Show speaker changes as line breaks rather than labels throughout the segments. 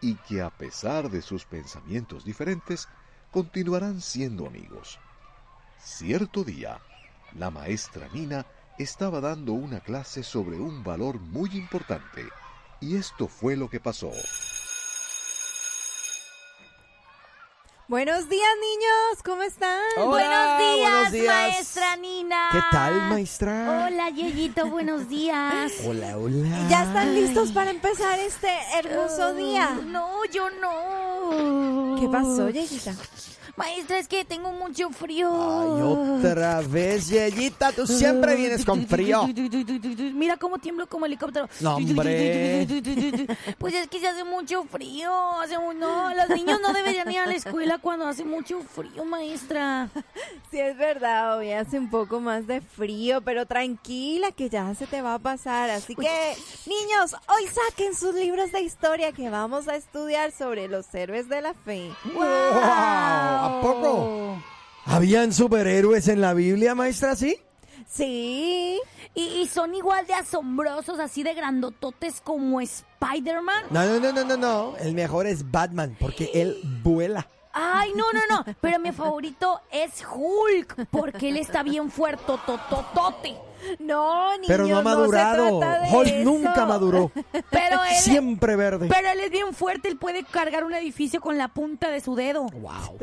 y que a pesar de sus pensamientos diferentes, continuarán siendo amigos. Cierto día, la maestra Nina estaba dando una clase sobre un valor muy importante, y esto fue lo que pasó.
Buenos días, niños. ¿Cómo están?
Hola,
buenos, días,
buenos días.
maestra Nina.
¿Qué tal, maestra?
Hola, Yeyito, buenos días.
Hola, hola.
¿Ya están listos para empezar este hermoso día?
No, yo no.
¿Qué pasó, Yeyita?
Maestra, es que tengo mucho frío.
Ay, otra vez, Yeyita, tú siempre vienes con frío.
Mira cómo tiemblo como helicóptero.
No, hombre.
Pues es que se hace mucho frío. Hace un- No, los niños no deberían ir a la escuela cuando hace mucho frío, maestra.
Sí, es verdad, hoy hace un poco más de frío, pero tranquila que ya se te va a pasar. Así que, niños, hoy saquen sus libros de historia que vamos a estudiar sobre los héroes de la fe.
Wow, Oh, ¿A poco? ¿Habían superhéroes en la Biblia, maestra, sí?
Sí.
Y, y son igual de asombrosos, así de grandototes como Spider-Man.
No, no, no, no, no, no. El mejor es Batman, porque él vuela.
Ay, no, no, no. Pero mi favorito es Hulk, porque él está bien fuerte, tototote.
No, niños,
Pero no ha
No
madurado.
se trata de
Hulk
eso.
nunca maduró.
Pero él,
Siempre verde.
pero él es bien fuerte, él puede cargar un edificio con la punta de su dedo.
Wow.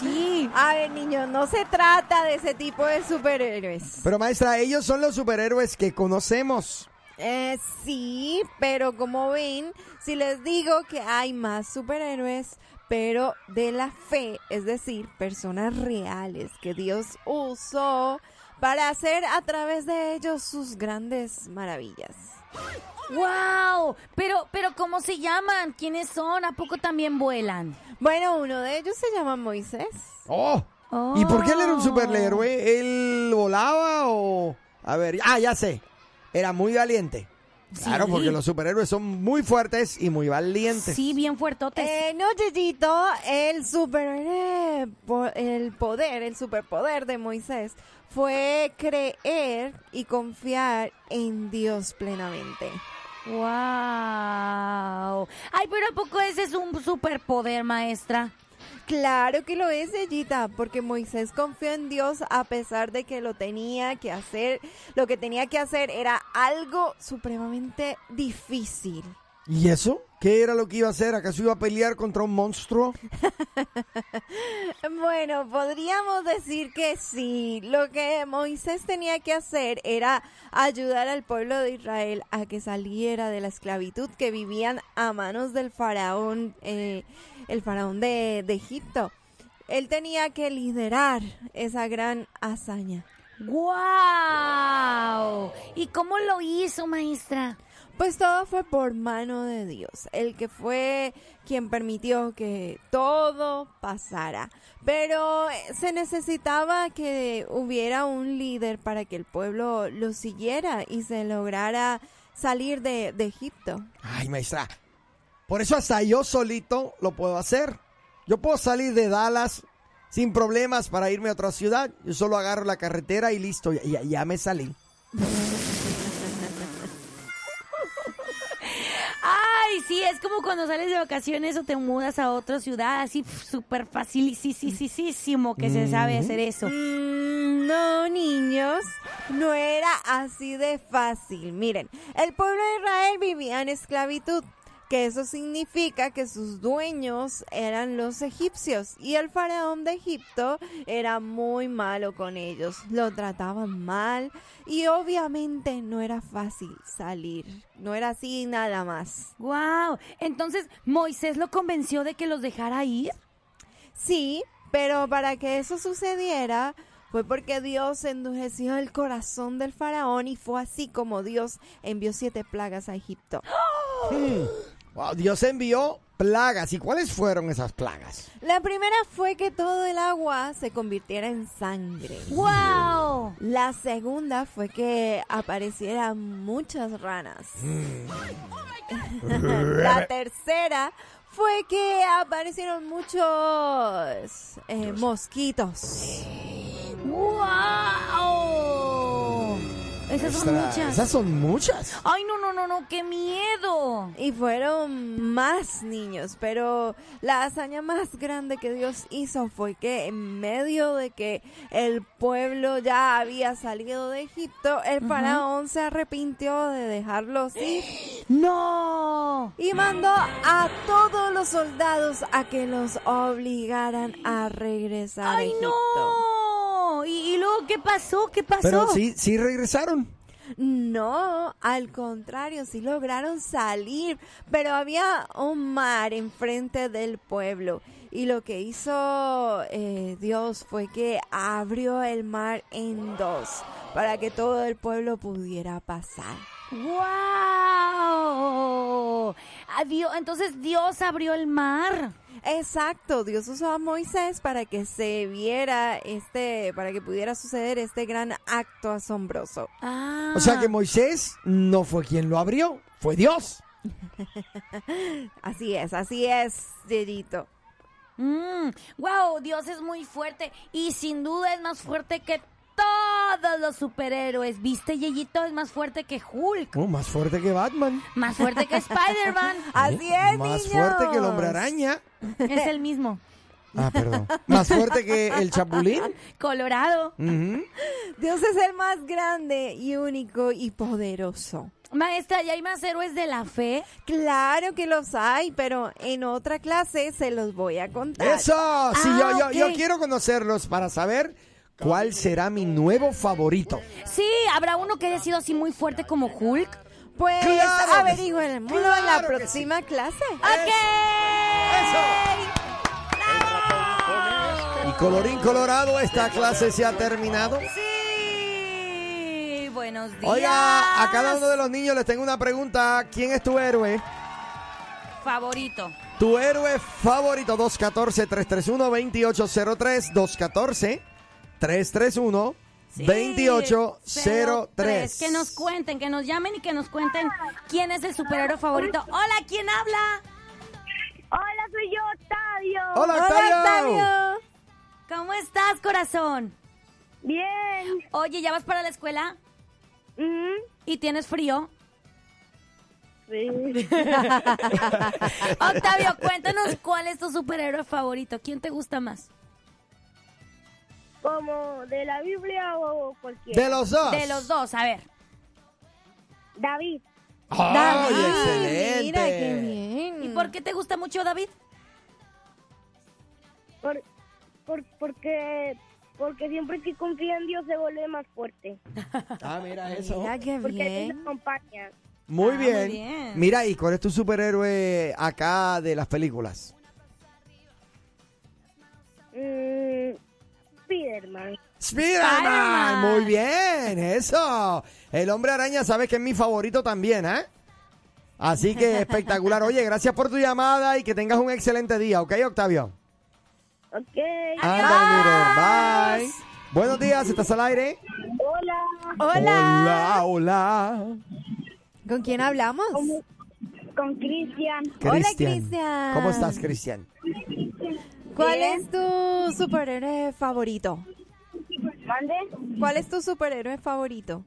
Sí.
A ver, niños, no se trata de ese tipo de superhéroes.
Pero maestra, ellos son los superhéroes que conocemos.
Eh, sí, pero como ven, si les digo que hay más superhéroes, pero de la fe, es decir, personas reales que Dios usó para hacer a través de ellos sus grandes maravillas.
¡Wow! Pero, pero, ¿cómo se llaman? ¿Quiénes son? ¿A poco también vuelan?
Bueno, uno de ellos se llama Moisés.
Oh.
Oh.
¿Y por qué él era un superhéroe? ¿Él volaba o...? A ver, ah, ya sé. Era muy valiente. Claro,
Sí.
porque los superhéroes son muy fuertes y muy valientes.
Sí, bien fuertotes.
Eh, no, Yeyito, el super, eh, po- el poder, el superpoder de Moisés fue creer y confiar en Dios plenamente.
¡Wow! Ay, pero ¿a poco ese es un superpoder, maestra?
Claro que lo es, Yeyita, porque Moisés confió en Dios a pesar de que lo tenía que hacer. Lo que tenía que hacer era algo supremamente difícil.
¿Y eso? ¿Qué era lo que iba a hacer? ¿Acaso iba a pelear contra un monstruo?
Bueno, podríamos decir que sí. Lo que Moisés tenía que hacer era ayudar al pueblo de Israel a que saliera de la esclavitud que vivían a manos del faraón, eh, el faraón de, de Egipto. Él tenía que liderar esa gran hazaña.
¡Wow! ¿Y cómo lo hizo, maestra?
Pues todo fue por mano de Dios, el que fue quien permitió que todo pasara. Pero eh, se necesitaba que hubiera un líder para que el pueblo lo siguiera y se lograra salir de, de Egipto.
Ay, maestra. Por eso hasta yo solito lo puedo hacer. Yo puedo salir de Dallas sin problemas para irme a otra ciudad. Yo solo agarro la carretera y listo, ya, ya- ya me salí.
Ay, sí, es como cuando sales de vacaciones o te mudas a otra ciudad, así pf, súper fácil sí, sí, sí, sí, que se sabe hacer eso.
Mm, no, niños, no era así de fácil. Miren, el pueblo de Israel vivía en esclavitud. que eso significa que sus dueños eran los egipcios y el faraón de Egipto era muy malo con ellos, lo trataban mal y obviamente no era fácil salir, no era así nada más.
Wow. Entonces, Moisés lo convenció de que los dejara ir.
Sí, pero para que eso sucediera fue porque Dios endujeció el corazón del faraón y fue así como Dios envió siete plagas a Egipto.
Wow, Dios envió plagas. ¿Y cuáles fueron esas plagas?
La primera fue que todo el agua se convirtiera en sangre.
Wow.
La segunda fue que aparecieran muchas ranas. La tercera fue que aparecieron muchos eh, mosquitos.
Wow. Esas son
Ostras,
muchas.
Esas son muchas.
Ay, no, no, no, no, qué miedo.
Y fueron más niños, pero la hazaña más grande que Dios hizo fue que en medio de que el pueblo ya había salido de Egipto, el faraón se arrepintió de dejarlos ir
No.
y mandó a todos los soldados a que los obligaran a regresar a
Ay,
Egipto.
no. ¿Y, y luego qué pasó? ¿Qué pasó?
Pero sí, sí regresaron.
No, al contrario, sí lograron salir, pero había un mar enfrente del pueblo. Y lo que hizo eh, Dios fue que abrió el mar en dos para que todo el pueblo pudiera pasar.
¡Wow! Entonces Ah, Dios abrió el mar.
Exacto, Dios usó a Moisés para que se viera este, para que pudiera suceder este gran acto asombroso.
Ah.
O sea que Moisés no fue quien lo abrió, fue Dios.
Así es, así es, Didito.
wow, Mm. Dios es muy fuerte y sin duda es más fuerte que todos los superhéroes. ¿Viste, Yeyito? Es más fuerte que Hulk,
Oh, más fuerte que Batman.
más fuerte que Spider-Man.
Así es,
Más
niños.
fuerte que el hombre araña.
Es el mismo.
Ah, perdón. Más fuerte que el chapulín.
Colorado.
Ujú.
Dios es el más grande y único y poderoso.
Maestra, ¿y hay más héroes de la fe?
Claro que los hay, pero en otra clase se los voy a contar.
Eso, sí,
Ah,
yo, yo, yo
ok.
quiero conocerlos para saber cuál será mi nuevo favorito.
Sí, habrá uno que haya sido así muy fuerte como Hulk.
Pues
Claro que
averigüen
sí. Eh.
en la
Claro que
próxima clase.
¡Ok!
Y colorín colorado, esta clase se ha terminado.
Sí. Buenos días.
Oiga, a cada uno de los niños les tengo una pregunta. ¿Quién es tu héroe?
Favorito.
Tu héroe favorito, 214-331-2803, 214-331-2803.
Que nos cuenten, que nos llamen y que nos cuenten quién es el superhéroe favorito. Hola, ¿quién habla?
Ah,
Hola, soy yo, Octavio.
Hola, Octavio.
Octavio.
¿Cómo estás, corazón?
Bien.
Oye, ¿ya vas para la escuela?
Mm,
¿Y tienes frío?
sí.
Octavio, cuéntanos cuál es tu superhéroe favorito. ¿Quién te gusta más?
Como de la Biblia o cualquiera.
De los dos.
De los dos, a ver.
David,
Ah,
¡Ay,
David,
excelente!
Mira, qué bien.
¿Y por qué te gusta mucho David?
por, por- porque, porque siempre que confía en Dios se vuelve más fuerte.
Ah, mira eso.
Mira, qué
Oh. Porque Él te
bien.
acompaña.
Muy,
Ah, muy
bien.
bien.
Mira, ¿y cuál es tu superhéroe acá de las películas?
Mm, Spiderman.
Spider-Man.
Spider-Man.
Muy bien, eso. El hombre araña, sabes que es mi favorito también, ¿eh? Así que espectacular. Oye, gracias por tu llamada y que tengas un excelente día, ¿ok, Octavio?
Ok.
Ah.
Ándale, Miguel, Bye. Buenos días, ¿estás al aire?
Hola.
Hola, hola.
¿Con quién hablamos?
Con Cristian.
Hola,
Cristian.
Cristian.
¿Cómo estás, Cristian?
¿Cuál
Bien.
es tu superhéroe favorito?
Mande.
¿Cuál es tu superhéroe favorito?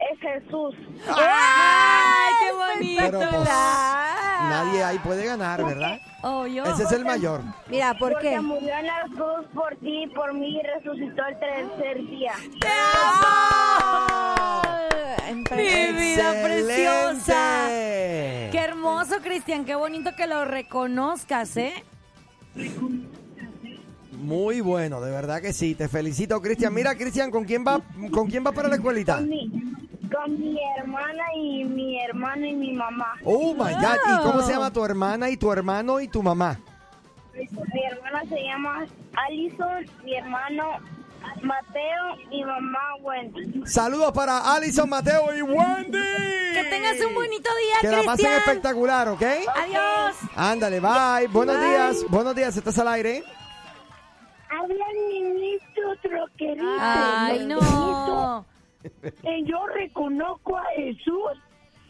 Es Jesús.
¡Ay, qué bonito!
Pero pues,
Ah.
nadie ahí puede ganar, ¿verdad?
Oh, yo.
Ese es el mayor.
Mira, ¿por
porque
qué?
murió en la cruz por ti y por mí y resucitó el tercer día.
¡Eso!
Mi vida preciosa.
¡Excelente!
Qué hermoso, Cristian. Qué bonito que lo reconozcas, ¿eh?
Muy bueno, de verdad que sí. Te felicito, Cristian. Mira, Cristian, ¿con quién va con quién va para la escuelita?
mi, con mi hermana y mi hermano y mi mamá.
Oh my God. ¿Y cómo se llama tu hermana y tu hermano y tu mamá?
Pues, Mi hermana se llama Alison, mi hermano Mateo, mi mamá Wendy.
Saludos para Alison, Mateo y Wendy.
Que tengas un bonito
Que
día,
la pasen
Cristian.
espectacular, ¿ok?
Adiós.
Ándale, bye. Buenos días. Buenos días. ¿Estás al aire?
Habla el ministro troquerito.
Ay, no.
Troquerito. Eh, Yo reconozco a Jesús.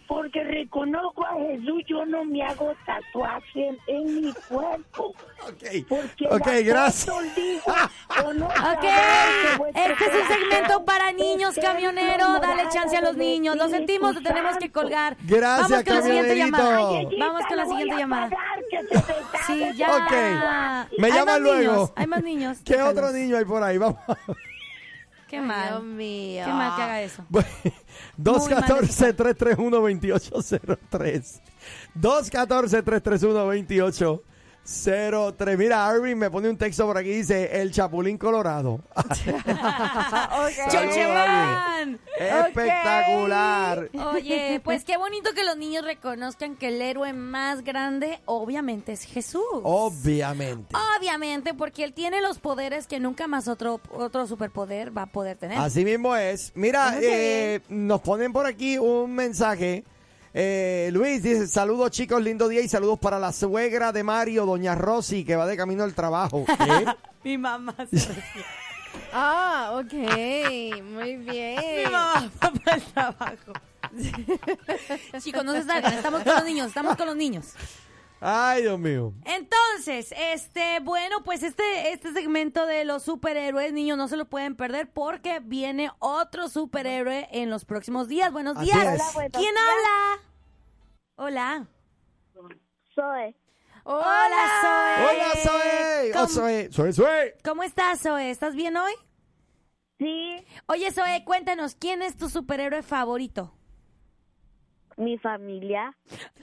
Porque reconozco a Jesús, yo no me hago tatuaje en mi cuerpo.
Ok.
Porque
Ok,
el
gracias.
apóstol dijo, "Conozca
Ok,
a vuestro
este es un
corazón,
segmento para niños,
usted es
camionero. Dale chance a los
morada del
niños. Lo sentimos, te
Espíritu
tenemos que
Santo.
colgar.
Gracias,
Vamos con la siguiente
camionerito.
llamada.
Ay,
Yeyita,
Vamos con la
lo voy
siguiente
a
llamada.
pagar, que se te
Sí,
tarde.
ya.
Ok. Me
Hay
llama
más
luego.
niños, hay más niños.
¿Qué
déjalos.
otro niño hay por ahí? Vamos.
Qué
Dios
mal.
mío.
Qué mal que haga eso.
214-331-2803. 214-331-2803. Mira, Arvin me pone un texto por aquí. Dice: El Chapulín Colorado. Saludos,
¡Chochelán!
Espectacular.
Oye, pues qué bonito que los niños reconozcan que el héroe más grande obviamente es Jesús.
Oh. Obviamente.
Ah, Obviamente, porque él tiene los poderes que nunca más otro, otro superpoder va a poder tener.
Así mismo es. Mira,
Eso está
eh, nos ponen por aquí un mensaje. Eh, Luis dice, saludos chicos, lindo día y saludos para la suegra de Mario, doña Rosy, que va de camino al trabajo.
Mi mamá se refiere.
Ah, ok. Muy bien.
para el trabajo. Chicos, no se salgan, estamos con los niños, estamos con los niños.
Ay, Dios mío.
Entonces, este, bueno, pues este, este segmento de los superhéroes, niños, no se lo pueden perder porque viene otro superhéroe en los próximos días. Buenos
Así
días.
es.
Hola,
¿Quién habla? Hola.
Soy.
Hola, Zoe.
Hola, Zoe. Oh,
Eh, ¿Cómo,
Zoe. Zoe, Zoe.
cómo estás, Zoe? ¿Estás bien hoy?
Sí,
Oye, Zoe, cuéntanos, ¿quién es tu superhéroe favorito?
mi familia.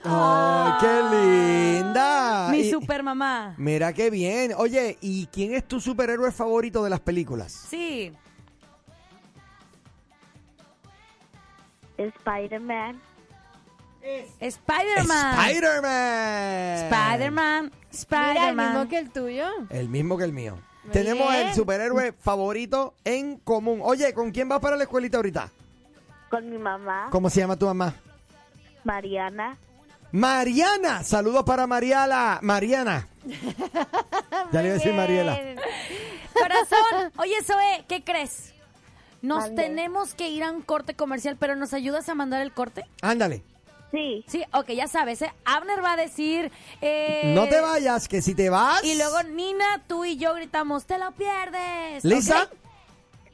Ay, qué linda.
Ah. Mi
Ah, Y-
supermamá.
Mira qué bien. Oye, ¿y quién es tu superhéroe favorito de las películas?
Sí.
Spider-Man.
Spider-Man.
Mira, el mismo
Spider-Man.
Spider-Man.
Spider-man
que el tuyo.
El mismo que el mío.
Muy
Tenemos
bien.
el superhéroe favorito en común. Oye, ¿con quién vas para la escuelita ahorita?
Con mi mamá,
¿Cómo se llama tu mamá?
Mariana.
Mariana. Saludos para Mariala. Mariana. Ya le iba a decir Mariela.
Corazón. Oye, Zoe, ¿qué crees? Nos
Mande.
tenemos que ir a un corte comercial, pero ¿nos ayudas a mandar el corte?
Ándale.
Sí.
Sí, ok, ya sabes, ¿eh? Abner va a decir... eh,
No te vayas, que si te vas.
Y luego Nina, tú y yo gritamos, te lo pierdes.
¿Lisa?
¿ok?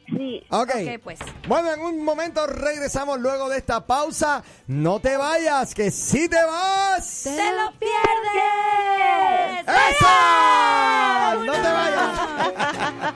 Sí.
Ok.
Ok, pues.
Bueno, en un momento regresamos luego de esta pausa. No te vayas, que si te vas.
¡Te lo pierdes!
¡Esa! ¡No te vayas!